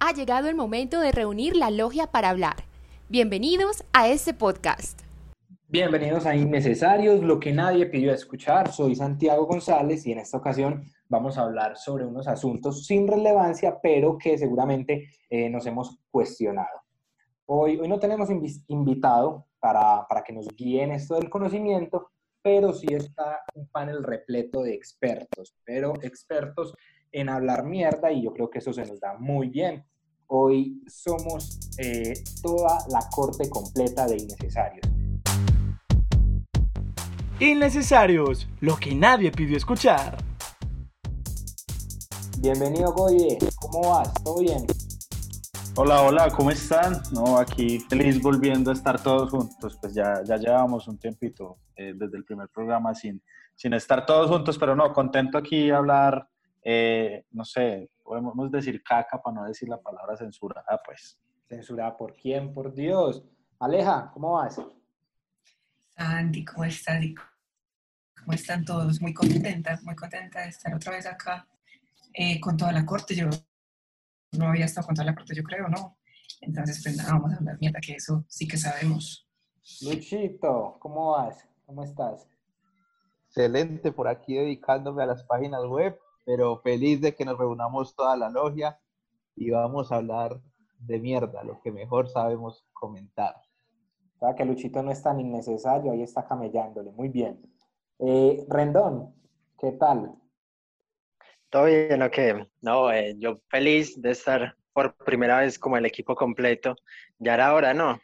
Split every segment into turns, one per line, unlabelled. ha llegado el momento de reunir la logia para hablar. Bienvenidos a este podcast.
Bienvenidos a Innecesarios, lo que nadie pidió escuchar. Soy Santiago González y en esta ocasión vamos a hablar sobre unos asuntos sin relevancia, pero que seguramente eh, nos hemos cuestionado. Hoy, hoy no tenemos invi- invitado para, para que nos guíe en esto del conocimiento, pero sí está un panel repleto de expertos, pero expertos en hablar mierda y yo creo que eso se nos da muy bien. Hoy somos eh, toda la corte completa de Innecesarios.
Innecesarios, lo que nadie pidió escuchar.
Bienvenido, Goye. ¿Cómo vas? ¿Todo bien?
Hola, hola, ¿cómo están? No, aquí feliz volviendo a estar todos juntos. Pues ya, ya llevábamos un tiempito eh, desde el primer programa sin, sin estar todos juntos, pero no, contento aquí a hablar, eh, no sé, podemos decir caca para no decir la palabra censurada, pues.
¿Censurada por quién? Por Dios. Aleja, ¿cómo vas?
Andy, ¿cómo estás? ¿Y ¿Cómo están todos? Muy contenta, muy contenta de estar otra vez acá eh, con toda la corte. Yo no había estado con toda la corte, yo creo, ¿no? Entonces, pues nada, vamos a hablar mierda, que eso sí que sabemos.
Luchito, ¿cómo vas? ¿Cómo estás?
excelente por aquí dedicándome a las páginas web, pero feliz de que nos reunamos toda la logia y vamos a hablar de mierda, lo que mejor sabemos comentar.
Claro que Luchito no es tan innecesario, ahí está camellándole. Muy bien. Eh, Rendón, ¿qué tal?
Todo bien, ok. No, eh, yo feliz de estar por primera vez como el equipo completo. Ya era hora, ¿no?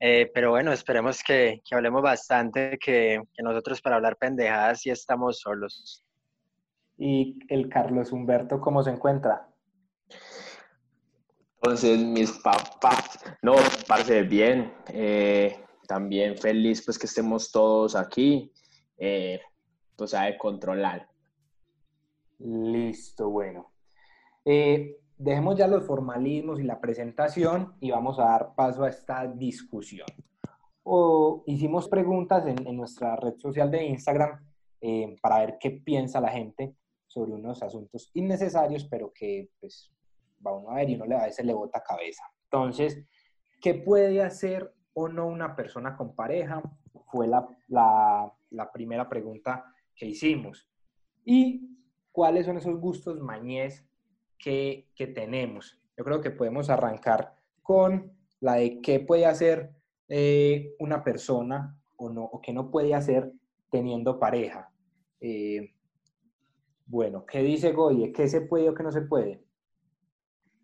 Eh, pero bueno, esperemos que, que hablemos bastante, que, que nosotros para hablar pendejadas sí estamos solos.
¿Y el Carlos Humberto cómo se encuentra?
Entonces, mis papás, no, parce, bien, eh, también feliz pues que estemos todos aquí, eh, tú sabes, controlar.
Listo, bueno. Eh, dejemos ya los formalismos y la presentación y vamos a dar paso a esta discusión. O, hicimos preguntas en, en nuestra red social de Instagram eh, para ver qué piensa la gente sobre unos asuntos innecesarios, pero que pues va uno a ver y uno le, a veces le bota cabeza. Entonces, ¿qué puede hacer o no una persona con pareja? Fue la, la- la primera pregunta que hicimos. Y cuáles son esos gustos mañez que, que tenemos. Yo creo que podemos arrancar con la de qué puede hacer eh, una persona o, no, o qué no puede hacer teniendo pareja. Eh, bueno, ¿qué dice Goye? ¿Qué se puede o qué no se puede?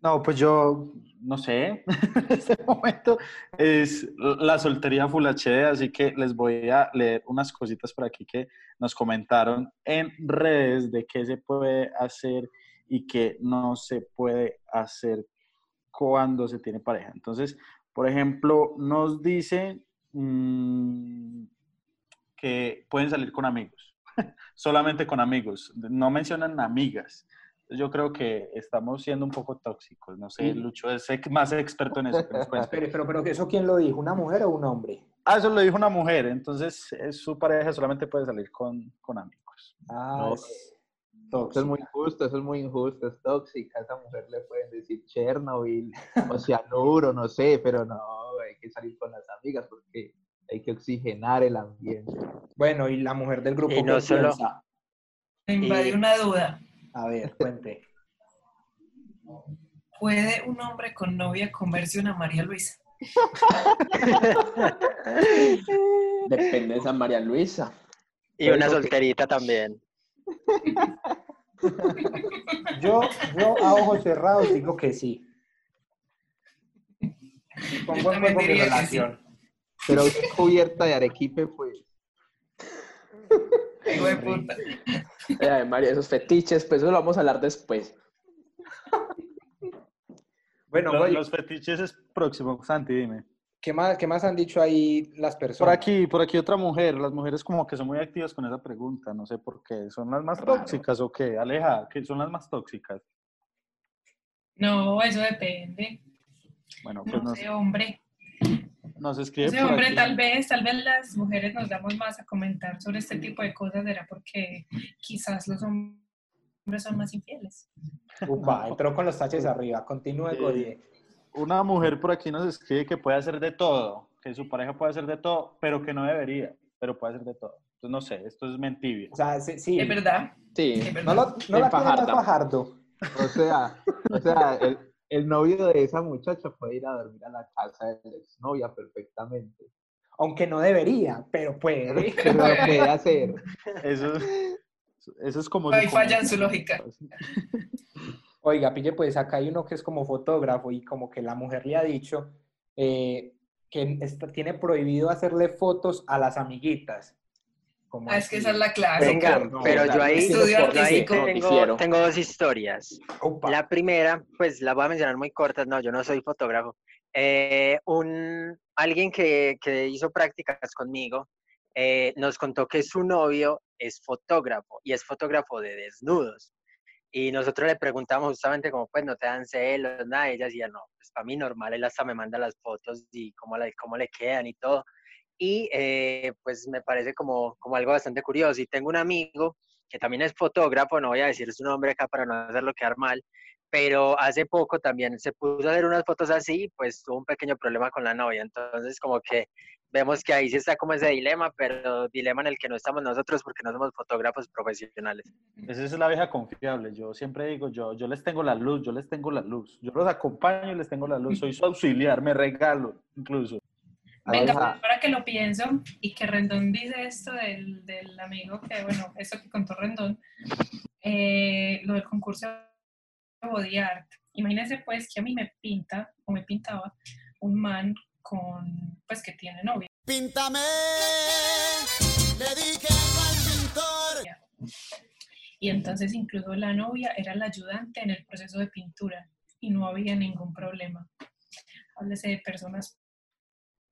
No, pues yo no sé, en este momento es la soltería full HD, así que les voy a leer unas cositas por aquí que nos comentaron en redes de qué se puede hacer y qué no se puede hacer cuando se tiene pareja. Entonces, por ejemplo, nos dice mm, que pueden salir con amigos, solamente con amigos, no mencionan amigas. Yo creo que estamos siendo un poco tóxicos. No sé,
Sí.
Lucho es ex- más experto en eso. que nos cuente.
Pero, pero, pero ¿eso quién lo dijo? ¿Una mujer o un hombre?
Ah, eso lo dijo una mujer. Entonces, eh, su pareja solamente puede salir con, con amigos.
Ah,
No.
es
Eso es muy
tóxica.
injusto, eso es muy injusto, es tóxica. A esa mujer le pueden decir Chernobyl o cianuro, no sé, pero no, hay que salir con las amigas porque hay que oxigenar el ambiente.
Bueno, y la mujer del grupo,
Y no
¿qué
solo-
piensa?
Me invadió
Y-
una duda.
A ver, cuente.
¿Puede un hombre con novia comerse una María Luisa?
Depende de San María Luisa.
Y una solterita también.
Yo, yo a ojos cerrados digo que sí.
Yo
Pongo en
también
juego mi
diría que
relación.
Pero bien cubierta de arequipe, pues.
Hijo de puta.
Eh, Ave María, esos fetiches, pues eso lo vamos a hablar después.
Bueno,
Lo-
güey,
los fetiches es próximo. Santi, dime.
¿qué, más, ¿qué más han dicho ahí las
Por
personas?
aquí, por aquí otra mujer. Las mujeres como que son muy activas con esa pregunta. No sé por qué. ¿Son las más
Raro.
tóxicas o qué? Aleja, que son las más tóxicas.
No, eso depende.
Bueno, pues
No
nos,
sé, hombre.
nos escribe
Ese
por
hombre,
aquí.
tal vez, tal vez las mujeres nos damos más a comentar sobre este tipo de cosas, era porque quizás los hombres hombres son más infieles.
Upa, entró con los taches arriba. Continúe, Godie.
Una mujer por aquí nos escribe que puede hacer de todo, que su pareja puede hacer de todo, pero que no debería, pero puede hacer de todo. Entonces, no sé, esto es mentibio.
O sea, sí. sí.
Es verdad.
Sí.
es
No,
verdad.
lo, no la
En
tiene más
Fajardo.
Fajardo.
O sea, o sea el, el novio de esa muchacha puede ir a dormir a la casa de la exnovia perfectamente.
Aunque no debería, pero puede.
Pero lo puede hacer.
Eso, eso es como...
Ahí
su-
falla en su lógica.
Oiga, pille, pues acá hay uno que es como fotógrafo y como que la mujer le ha dicho eh, que está- tiene prohibido hacerle fotos a las amiguitas. Como
Ah, es que
así.
esa es la clave.
Venga,
no,
pero
no,
yo ahí,
estudio
yo ahí
artístico.
tengo,
Noticiero.
tengo dos historias.
Opa.
La primera, pues la voy a mencionar muy corta, no, yo no soy fotógrafo. Eh, un, alguien que, que hizo prácticas conmigo eh, nos contó que su novio es fotógrafo y es fotógrafo de desnudos. Y nosotros le preguntamos justamente como, pues no te dan celos, nada, y ella decía, no, pues para mí normal, él hasta me manda las fotos y cómo, la- cómo le quedan y todo. Y eh, pues me parece como, como algo bastante curioso. Y tengo un amigo que también es fotógrafo, no voy a decir su nombre acá para no hacerlo quedar mal, pero hace poco también se puso a hacer unas fotos así, y, pues tuvo un pequeño problema con la novia, entonces como que vemos que ahí sí está como ese dilema, pero dilema en el que no estamos nosotros porque no somos fotógrafos profesionales.
Esa es la vieja confiable. Yo siempre digo, yo, yo les tengo la luz, yo les tengo la luz. Yo los acompaño y les tengo la luz. Soy su auxiliar, me regalo incluso.
Venga,
Ajá.
ahora que lo pienso y que Rendón dice esto del, del amigo, que bueno, eso que contó Rendón, eh, lo del concurso de body art. Imagínense pues que a mí me pinta o me pintaba un man con, pues que tiene novia.
Píntame, le dije al pintor.
Y entonces incluso la novia era la ayudante en el proceso de pintura y no había ningún problema. Háblese de personas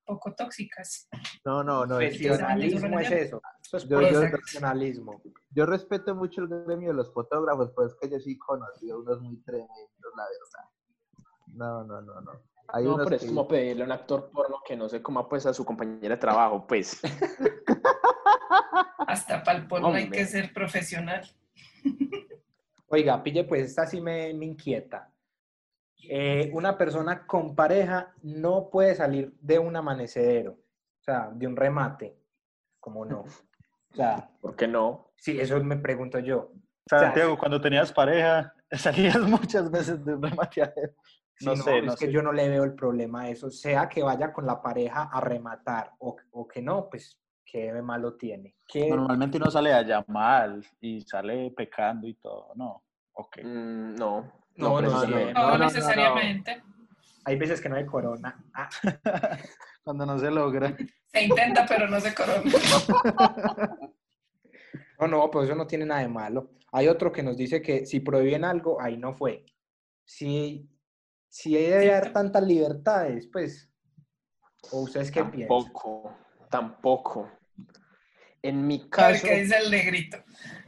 poco tóxicas.
No, no,
Pues
no. es que-
Profesionalismo es eso. Eso es
Yo-
yo-
profesionalismo.
yo respeto mucho el gremio de los fotógrafos, pero es que yo sí conocí a unos muy tremendos, la verdad. No, no, no, no. Hay
No,
unos
pero es
que-
como pedirle a un actor porno que no se coma pues a su compañera de trabajo, pues.
Hasta para el polvo hay
Hombre.
que ser profesional.
Oiga, pille, pues esta sí me, me inquieta. Eh, una persona con pareja no puede salir de un amanecedero, o sea, de un remate, como no. O sea,
¿Por qué no?
sí, eso me pregunto yo. sea,
Santiago, cuando tenías pareja, salías muchas veces de un remateadero.
Si
No sé,
es
no
que
sé.
yo no le veo el problema a eso, sea que vaya con la pareja a rematar o, o que no, pues qué de malo tiene. ¿Qué-
Normalmente uno sale allá mal y sale pecando y todo, ¿no? Ok.
Mm, no.
No, no, no,
precisamente.
No,
no, no,
necesariamente.
Hay veces que no hay corona. Ah,
Cuando no se logra.
Se intenta, pero no se corona.
No, no, pero eso no tiene nada de malo. Hay otro que nos dice que si prohíben algo, ahí no fue. Si, si debe haber tantas libertades, pues. ¿O ustedes qué piensan?
Tampoco, tampoco. En mi
A ver
caso,
qué dice el negrito.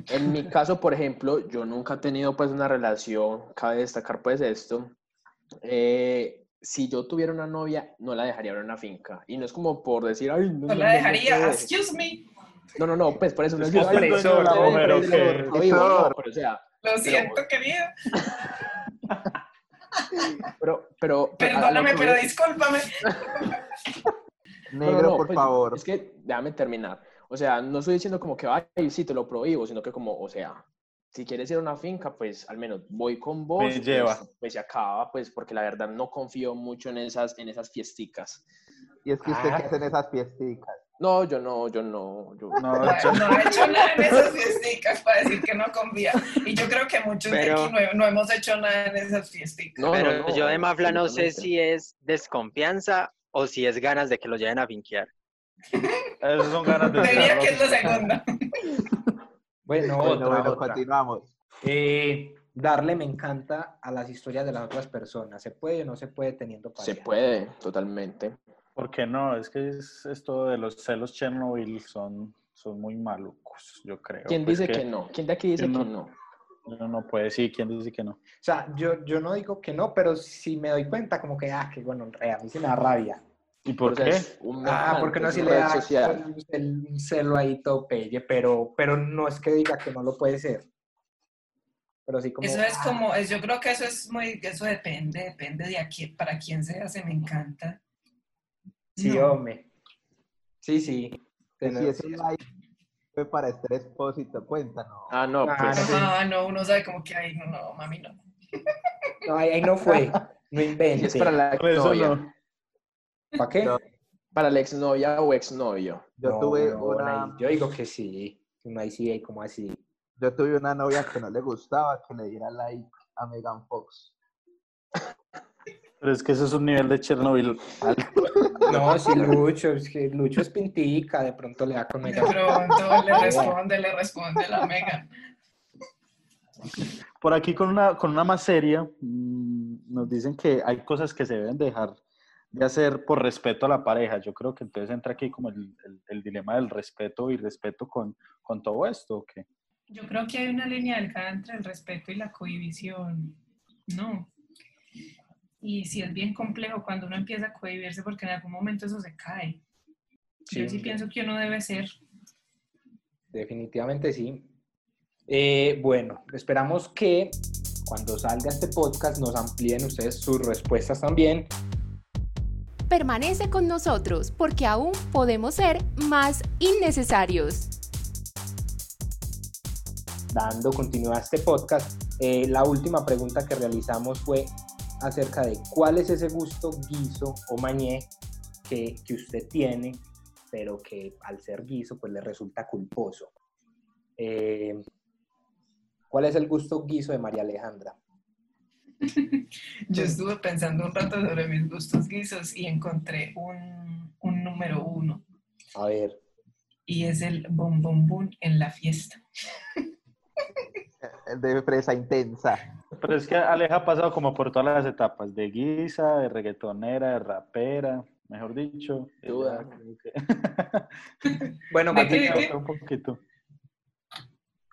en mi caso, por ejemplo, yo nunca he tenido pues una relación, cabe destacar pues esto. Eh, si yo tuviera una novia, no la dejaría en una finca. Y no es como por decir, ay,
No
no, no,
la
no,
dejaría.
no, no.
Excuse me.
No, no, no, pues por eso no
Es
digo,
que
"Ay,
es dueño de la
no,
mujer,
no,
¿o qué?
no, digo, no, pero, Ah, o sea,
Lo siento, querido.
pero, pero, pero, a lo
Perdóname,
que
pero
voy-
discúlpame.
No, no,
Negro,
no,
por
pues,
favor.
Es que déjame terminar. O sea, no estoy diciendo como que, ay, sí, te lo prohíbo, sino que como, o sea, si quieres ir a una finca, pues al menos voy con vos.
Me lleva.
Pues, pues, se acaba, pues porque la verdad no confío mucho en esas, en esas fiesticas.
Y es que usted
Ah.
que hacen esas fiesticas.
No, yo no, yo no. Yo...
No,
Bueno,
yo-
no ha hecho nada en esas fiesticas para decir que no confía. Y yo creo que muchos de
Pero-
aquí no, no hemos hecho nada en esas fiesticas.
No,
pero
no, no,
yo de Mafla no sé
absolutamente.
si es desconfianza o si es ganas de que lo lleven a finquear.
esas son ganas de
Diría que es
dejarlo.
la segunda.
Bueno,
Bueno,
otra,
pues, bueno,
otra.
continuamos.
Eh, darle me encanta a las historias de las otras personas. ¿Se puede o no se puede teniendo
Se
pareja?
puede, totalmente.
¿Por qué no? Es que es, esto de los celos Chernobyl son, son muy malucos, yo creo.
¿Quién
Pues
dice que no? ¿Quién de aquí dice
que
que
no.
no?
Uno no puede decir, ¿quién dice que no?
O sea, yo, yo no digo que no, pero si me doy cuenta, como que, ah, que bueno, a mí se me da rabia.
¿Y por
O sea,
qué?
es un
Ah,
mercante,
porque no
es
si
una
le
red
da
social.
un cel- un celo ahí topelle, pero, pero no es que diga que no lo puede ser. Pero así como... ah,
Eso es como, es- yo creo que eso es muy, eso depende, depende de aquí, para quién se hace, me encanta.
Sí,
No.
hombre.
Sí, sí.
Que si
Tener-
ese like fue para este expósito, cuéntanos.
Ah, no,
Ah,
pues.
sí.
Ajá, no, uno sabe como que, ay, no, no, mami, no.
No, ahí, ahí no fue. No
Y
invente.
es para la exnovia.
¿Para qué?
No,
Para la exnovia o exnovio.
Yo
No,
tuve
no,
una...
ahí- Yo digo que sí. No, ahí sí, ahí como así.
Yo tuve una novia que no le gustaba que le diera like a Megan Fox.
Pero es que eso es un nivel de Chernobyl alto.
No, sí, Lucho. Es que Lucho es pintica. De pronto le da con
De
Megan.
pronto le responde, le responde la mega.
Por aquí con una, con una más seria, mm, nos dicen que hay cosas que se deben dejar de hacer por respeto a la pareja. Yo creo que entonces entra aquí como el, el- el dilema del respeto y respeto con, con todo esto. ¿o qué?
Yo creo que hay una línea delgada entre el respeto y la cohibición, ¿no? Y sí es bien complejo cuando uno empieza a cohibirse porque en algún momento eso se cae. Yo sí pienso que uno debe ser.
Definitivamente sí. Eh, bueno, esperamos que cuando salga este podcast nos amplíen ustedes sus respuestas también.
Permanece con nosotros porque aún podemos ser más innecesarios.
dando continuidad a este podcast, eh, la última pregunta que realizamos fue acerca de cuál es ese gusto guiso o mañé que, que usted tiene, pero que al ser guiso pues le resulta culposo. Eh, ¿Cuál es el gusto guiso de María Alejandra?
Yo estuve pensando un rato sobre mis gustos guisos y encontré un, un número uno
A ver,
y es el bombombón en la fiesta.
El de presa intensa.
Pero es que Aleja ha pasado como por todas las etapas, de guisa, de reggaetonera, de rapera, mejor dicho.
Duda.
Ella creo que-
bueno,
¿De qué,
Goyito,
de qué?
un poquito.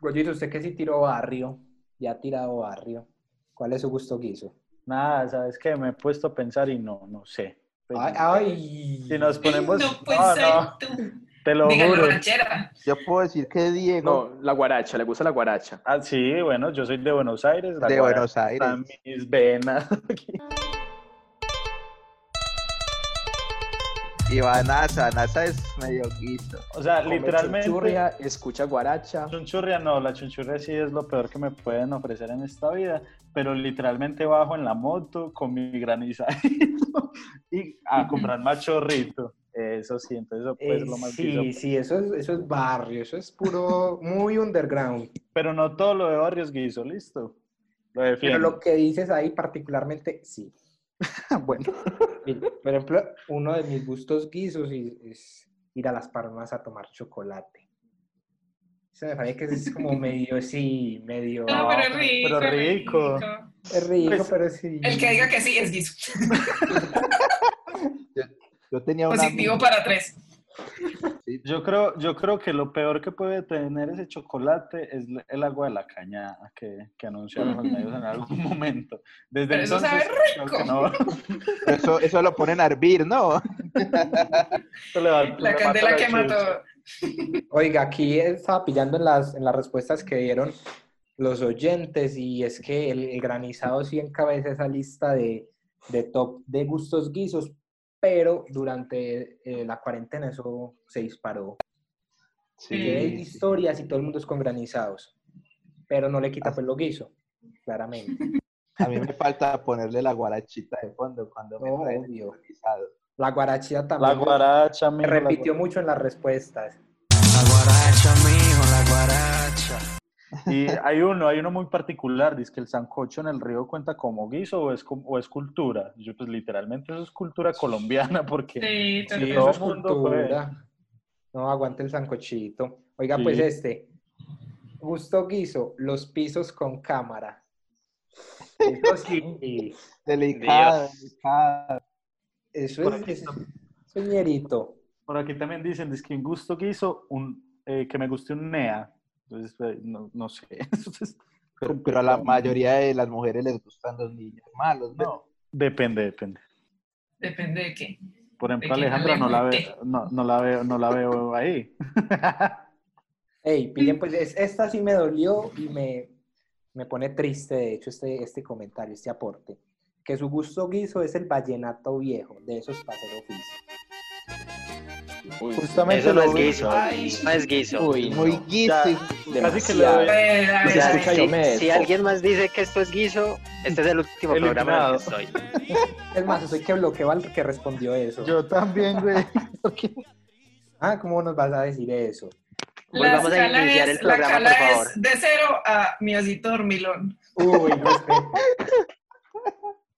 Goyito, usted que sí tiró barrio, ya ha tirado barrio, ¿cuál es su gusto guiso?
Nada, ¿sabes qué? Me he puesto a pensar y no, no sé. Pues,
Ay, ay.
Si nos ponemos...
no, pues
no,
ay,
ah, no,
tú.
te lo
Diga,
juro.
borrachera.
Yo puedo decir que Diego
No, la guaracha, le gusta la guaracha.
Ah, sí, bueno, yo soy de Buenos Aires. la
de
guaracha
Buenos Aires.
está en mis venas.
Y Vanessa, Vanessa es medio guiso.
O sea,
Come
Ah, literalmente...
Chunchurria, escucha guaracha.
Chunchurria no, la chunchurria sí es lo peor que me pueden ofrecer en esta vida, pero literalmente bajo en la moto con mi granizadito y a comprar más chorrito. Eso sí, entonces eso puede
Eh,
ser pues, lo más
sí,
guiso.
sí, eso es, eso es barrio, eso es puro, muy underground.
Pero no todo lo de barrios guiso, listo. Lo
Pero
defiendo.
lo que dices ahí particularmente, sí.
bueno,
Mira, Por ejemplo, uno de mis gustos guisos y- es ir a Las Palmas a tomar chocolate. Se me parece que es como medio, sí, medio...
No, pero es rico.
pero rico.
Es rico,
Pues,
pero sí.
El que diga que sí es guiso.
Yo tenía una
Positivo
amiga,
para tres.
yo creo, yo creo que lo peor que puede tener ese chocolate es l- el agua de la cañada que, que anunciaron los medios en algún momento. Desde
Pero eso
entonces,
sabe
creo
rico.
que no.
eso, eso lo ponen a hervir, ¿no?
Esto le va- le
La
mata
candela que
chucha.
mató.
Oiga, aquí estaba pillando en las, en las respuestas que dieron los oyentes y es que el, el granizado sí encabeza esa lista de, de top de gustos guisos, pero durante eh, la cuarentena eso se disparó. Y hay
Sí.
historias y todo el mundo es con granizados, pero no le quita pues lo guiso, claramente.
A mí me falta ponerle la guarachita de fondo cuando me
No,
traen el
obvio.
guisado.
La guarachita también
La
lo-
guaracha,
se
mijo, la
repitió mucho en las respuestas.
La guaracha, mijo, la guaracha.
Y hay uno, hay uno muy particular, dice que el sancocho en el río cuenta como guiso o es, com- o es cultura. Yo pues literalmente eso es cultura colombiana porque
Sí, tal
Sí,
vez.
Eso
todo
es
mundo, pues.
cultura. No, aguante el sancochito. Oiga,
Sí.
pues este. Gusto guiso, los pisos con cámara. Eso sí,
Delicado,
Dios.
delicado.
eso es, es soñerito.
por aquí también dicen, dice que un gusto guiso, un, eh, que me guste un NEA. Entonces, pues, no, no sé. Eso es
Pero, pero a la
complicado.
mayoría de las mujeres les gustan los niños malos, ¿no?
Depende, depende.
Depende de qué.
Por ejemplo,
¿De quién
Alejandra no la,
hablemos?
ve, no, no la veo, no la veo ahí.
Ey, pillen, pues es- esta sí me dolió y me, me pone triste, de hecho, este, este comentario, este aporte, que su gusto guiso es el vallenato viejo, de esos pasero oficio.
Uy,
Justamente
Eso no
lo
es
veo-
guiso,
Ay,
no es guiso.
uy, no.
Muy guiso.
Casi que le
Demasiado.
doy-
Ay,
pues,
Se
ay,
escucha
ay.
si,
yo me
si
desfogo.
alguien más dice que esto es guiso, este es el último
El
programa en el que
eliminado.
estoy.
Es más, soy que bloqueo al que respondió eso.
Yo también, güey.
Ah, ¿cómo nos vas a decir eso?
La
Volvamos a
escala
iniciar el
es, la
programa, por
escala
favor.
es de cero a mi osito dormilón.
Uy, no respeto.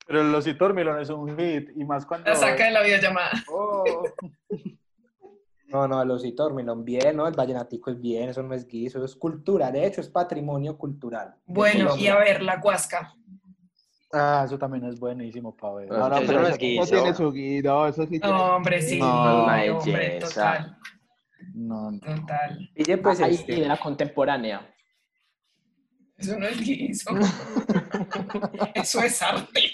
Pero el osito dormilón es un hit, y más cuando...
La saca de la videollamada.
Oh,
No, no, el osito dormilón bien, ¿no? El vallenatico es bien, eso no es guiso, eso es cultura, de hecho es patrimonio cultural. de
Bueno, y
Colombia.
a ver, la guasca.
Ah, eso también es buenísimo eh. para ver.
Ah,
No, no,
Eso
pero
no
eso,
es guiso.
eso tiene su guiso. No, eso sí tiene.
No, hombre, sí.
No,
no, hombre,
belleza.
total,
No, no.
total.
Pille, pues
Hay
este.
idea contemporánea.
Eso no es guiso. Eso es arte.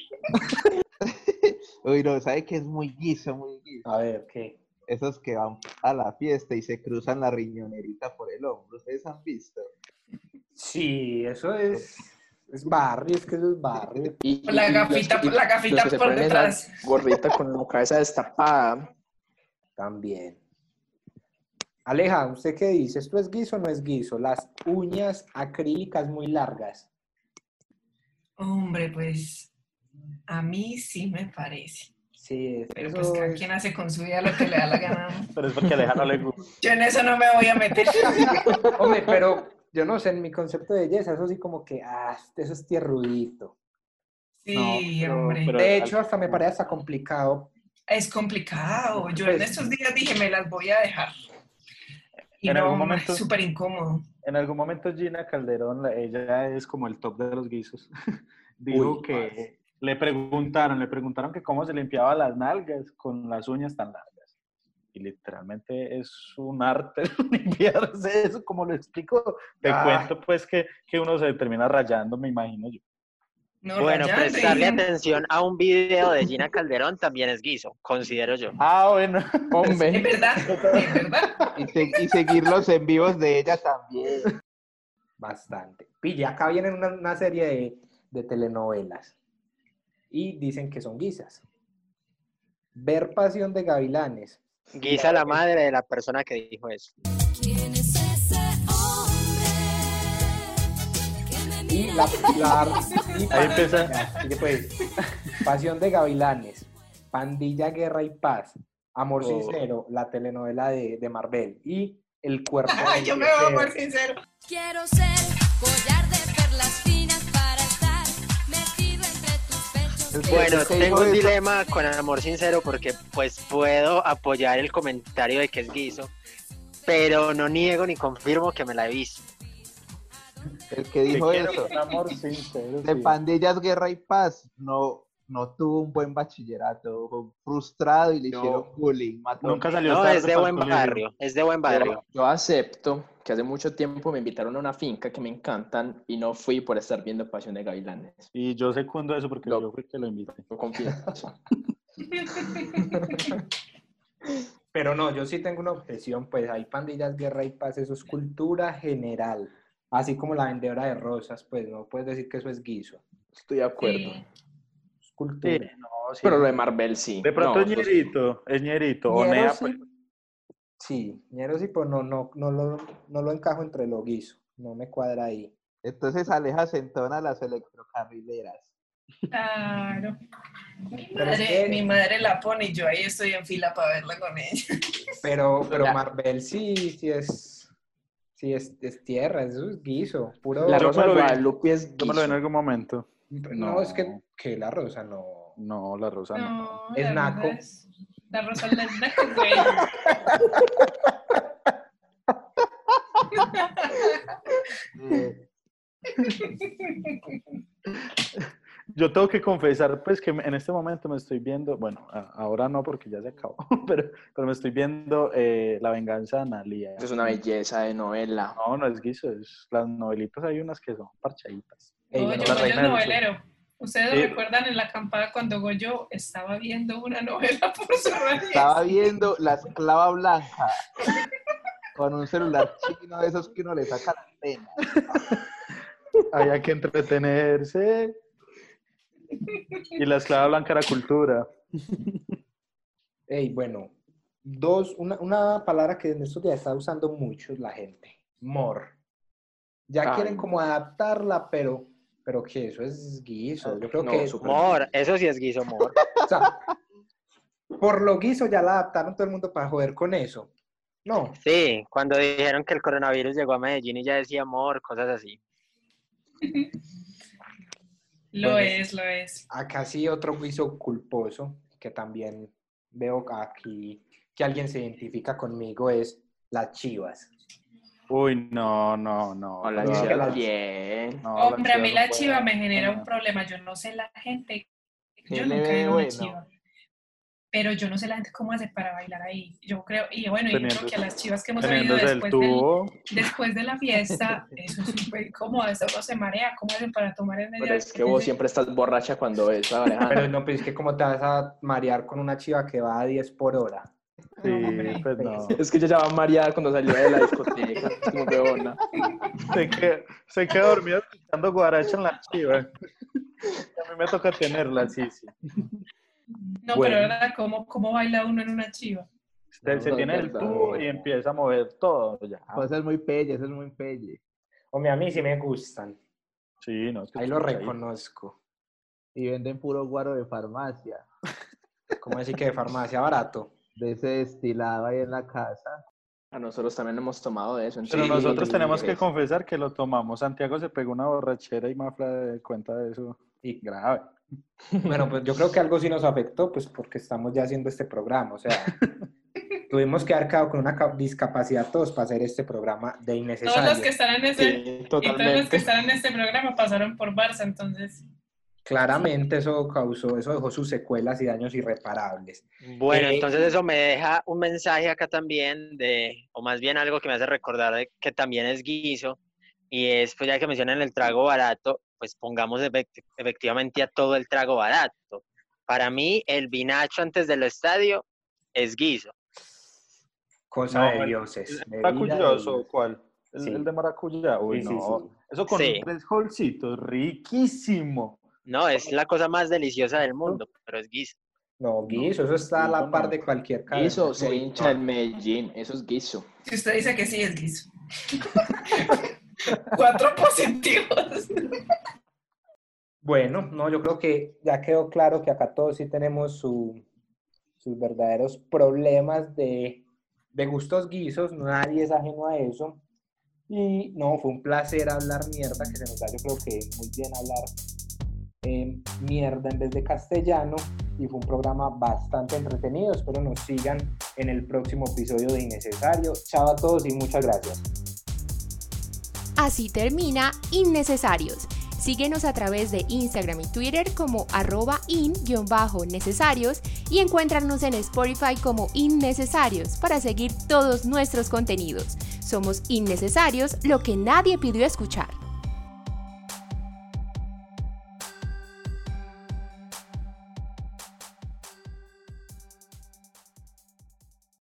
Uy, no, ¿sabe que es muy guiso, muy guiso?
A ver, ¿qué?
Esos que van a la fiesta y se cruzan la riñonerita por el hombro. ¿Ustedes han visto?
Sí, eso es. Es barrio, es que eso es barrio.
Y, y-
La
y
gafita,
los- y
la
los
gafita
que se
por
ponen esa
detrás.
Gorrita con la cabeza destapada.
También. Aleja, ¿usted qué dice? ¿Esto es guiso o no es guiso? Las uñas acrílicas muy largas.
Hombre, pues a mí sí me parece.
Sí, es-
Pero
eso
pues cada
es-
quien hace con su vida lo que le da la gana.
Pero es porque a Aleja no le gusta.
Yo en eso no me voy a meter.
Hombre, pero yo no sé, en mi concepto de belleza, eso sí como que, ah, eso es tierrudito.
Sí,
pero-
hombre. Eh,
pero-
De hecho, hasta me parece hasta complicado.
Es complicado. Yo
pues
en estos días dije, me las voy a dejar. Y
En
no,
algún momento-
es súper incómodo.
En algún momento Gina Calderón, la- ella es como el top de los guisos, dijo
Uy,
que le preguntaron, le preguntaron que cómo se limpiaba las nalgas con las uñas tan largas. Y literalmente es un arte limpiarse eso, como lo explico. Te
Ah.
cuento pues que, que uno se termina rayando, me imagino yo.
No,
Bueno,
pues,
rayante.
prestarle atención a un video de Gina Calderón también es guiso, considero yo.
Ah, bueno.
Es
Hombre.
verdad, es verdad.
Y, se- y seguir los en vivos de ella también.
Bastante. Pilla, acá vienen una, una serie de, de telenovelas y dicen que son guisas. Ver Pasión de Gavilanes.
Guisa la madre de la persona que dijo eso.
¿Quién es ese hombre que me
Y
mira?
la, la- y
Ahí
pa-
empieza.
ya, sigue, pues. Pasión de Gavilanes, Pandilla, Guerra y Paz, Amor
Oh.
Sincero, la telenovela de, de Marvel y El Cuerpo.
Ay,
del
yo me voy a
Deseo.
poner sincero.
Quiero ser collar de perlas finas para estar metido entre tus pechos.
Sí,
Bueno,
sí,
tengo
sí.
un dilema con amor sincero porque pues puedo apoyar el comentario de que es guiso, pero no niego ni confirmo que me la he visto.
El que dijo
Te quiero
eso.
con amor sincero,
De
sí.
pandillas, guerra y paz. No, no tuvo un buen bachillerato. fue Frustrado y le
No.
hicieron bullying. Mató
Nunca salió
No,
tarde
es de
para el
buen
colegio.
barrio, es de buen barrio.
Yo, yo acepto que hace mucho tiempo me invitaron a una finca que me encantan y no fui por estar viendo Pasión de Gavilanes.
Y yo secundo eso porque
No.
yo fui que lo invité.
Lo confieso.
Pero no, yo sí tengo una objeción, pues hay pandillas, guerra y paz, eso es cultura general. Así como la vendedora de rosas, pues no puedes decir que eso es guiso,
Estoy de acuerdo.
Sí.
es cultura.
no, sí.
Pero lo de Marvel sí.
De pronto
No,
es
pues,
ñerito, es ñerito. o
Ñero
nea,
sí.
pues.
Sí, ñero sí, pues no, no, no, lo, no lo encajo entre lo guiso, no me cuadra ahí.
Entonces Aleja se entona las electrocarrileras.
Claro. Mi
Pero es que-
madre, mi madre la pone y yo ahí estoy en fila para verla con ella.
Pero, pero
La-
Marvel sí, sí es, sí es, es tierra, eso es guiso, puro...
La
Yo
Rosa
me
de
lo vi.
Guadalupe es
Yo me lo vi en
guiso.
algún momento.
no,
no.
es que, que la rosa no...
No, la rosa no.
No,
Es
la
naco.
rosa es- La rosa es la- es naco, güey.
Eh,
Yo tengo que confesar, pues, que en este momento me estoy viendo, bueno, a- ahora no porque ya se acabó, pero, pero me estoy viendo eh, La venganza de Analia.
Eso es una belleza de novela.
No, no es guiso, es, las novelitas hay unas que son parchaditas.
Ey,
No,
bueno,
yo
la
soy
reina
el
del
novelero. Ustedes
Sí.
recuerdan en la acampada cuando Goyo estaba viendo una novela por su
Estaba
radio.
viendo la esclava blanca con un celular chino de esos que uno le saca la antena.
Había que entretenerse. Y la esclava blanca era cultura.
Ey, bueno, dos, una, una palabra que en estos días está usando mucho la gente, mor. Ya
Ay.
quieren como adaptarla, pero, pero que eso es guiso. Yo creo
No,
que
súper.
Mor, eso sí es guiso, mor.
o sea, por lo guiso ya la adaptaron todo el mundo para joder con eso. No,
Sí, cuando dijeron que el coronavirus llegó a Medellín y ya decía mor, cosas así.
Lo
Bueno.
es, lo es.
acá sí otro guiso culposo que también veo aquí que alguien se identifica conmigo es las chivas.
Uy, no, no, no.
Hola,
no,
chica.
Chela,
la-
bien.
no,
Hombre, a
chiva
mí
no
la
puede.
chiva me genera un
No.
problema. Yo no sé la gente.
¿Qué
Yo
le
nunca
ve
he ido a una
bueno?
chiva. Pero yo no sé la gente cómo hace para bailar ahí. Yo creo, y bueno, yo creo
Teniendo-
que a las chivas que hemos oído
Teniéndose el
después del,
tubo.
después de la fiesta, eso es súper incómodo, eso uno se marea, ¿cómo hacen para tomar en medio
Pero
de-
es que vos siempre estás borracha cuando es, Alejandro.
Pero no, pues es que como te vas a marear con una chiva que va a 10 por hora.
Sí, pues no.
Es que yo ya va mareada cuando salió de la discoteca. es como peona.
Se queda, se queda dormido escuchando guaracha en la chiva. A mí me toca tenerla, sí, sí.
No,
Bueno.
pero ahora, ¿cómo, ¿cómo baila uno en una chiva?
Se, se
No,
tiene el
verdad.
tubo y empieza a mover todo ya.
Pues es muy pelle, eso es muy pelle.
Hombre, a mí sí me gustan.
Sí, no. es que
Ahí lo
ahí-
reconozco.
Y venden puro guaro de farmacia,
¿Cómo decir que de farmacia barato?
de ese destilado ahí en la casa.
A nosotros también hemos tomado de eso.
Pero
entonces-
nosotros tenemos que
Regresa.
confesar que lo tomamos. Santiago se pegó una borrachera y Mafra de cuenta de eso. Y grave.
Bueno, pues yo creo que algo sí nos afectó, pues porque estamos ya haciendo este programa. O sea, tuvimos que haber quedado con una ca- discapacidad todos para hacer este programa de
Todos
innecesario.
los que están en ese,
Sí,
y todos los que
totalmente.
están en este programa pasaron por Barça, entonces.
Claramente eso causó, eso dejó sus secuelas y daños irreparables.
Bueno,
Eh,
entonces eso me deja un mensaje acá también de, o más bien algo que me hace recordar de que también es guiso, y es, pues ya que mencionan el trago barato, pues pongamos efect- efectivamente a todo el trago barato. Para mí, el vinacho antes del estadio es guiso.
Cosa
No,
de
el-
dioses.
¿El
bebida de
maracuyoso
dioses.
cuál? ¿El,
Sí.
el de maracuyá? Uy,
Sí, sí,
no.
sí.
Eso con
Sí.
tres holcitos, riquísimo.
No, es la cosa más deliciosa del mundo, pero es guiso.
No, guiso, eso está a la
No,
par
no.
de cualquier cadena.
Guiso, se
Uy,
hincha en Medellín. Eso es guiso.
Si usted dice que sí, es guiso. Cuatro positivos.
Bueno, no, yo creo que ya quedó claro que acá todos sí tenemos su- sus verdaderos problemas de, de gustos guisos, nadie es ajeno a eso. Y no, fue un placer hablar mierda, que se nos da yo creo que muy bien hablar eh, mierda en vez de castellano. Y fue un programa bastante entretenido, espero nos sigan en el próximo episodio de Innecesario. Chao a todos y muchas gracias.
Así termina Innecesarios. Síguenos a través de Instagram y Twitter como arroba in-necesarios y encuéntranos en Spotify como Innecesarios para seguir todos nuestros contenidos. Somos Innecesarios, lo que nadie pidió escuchar.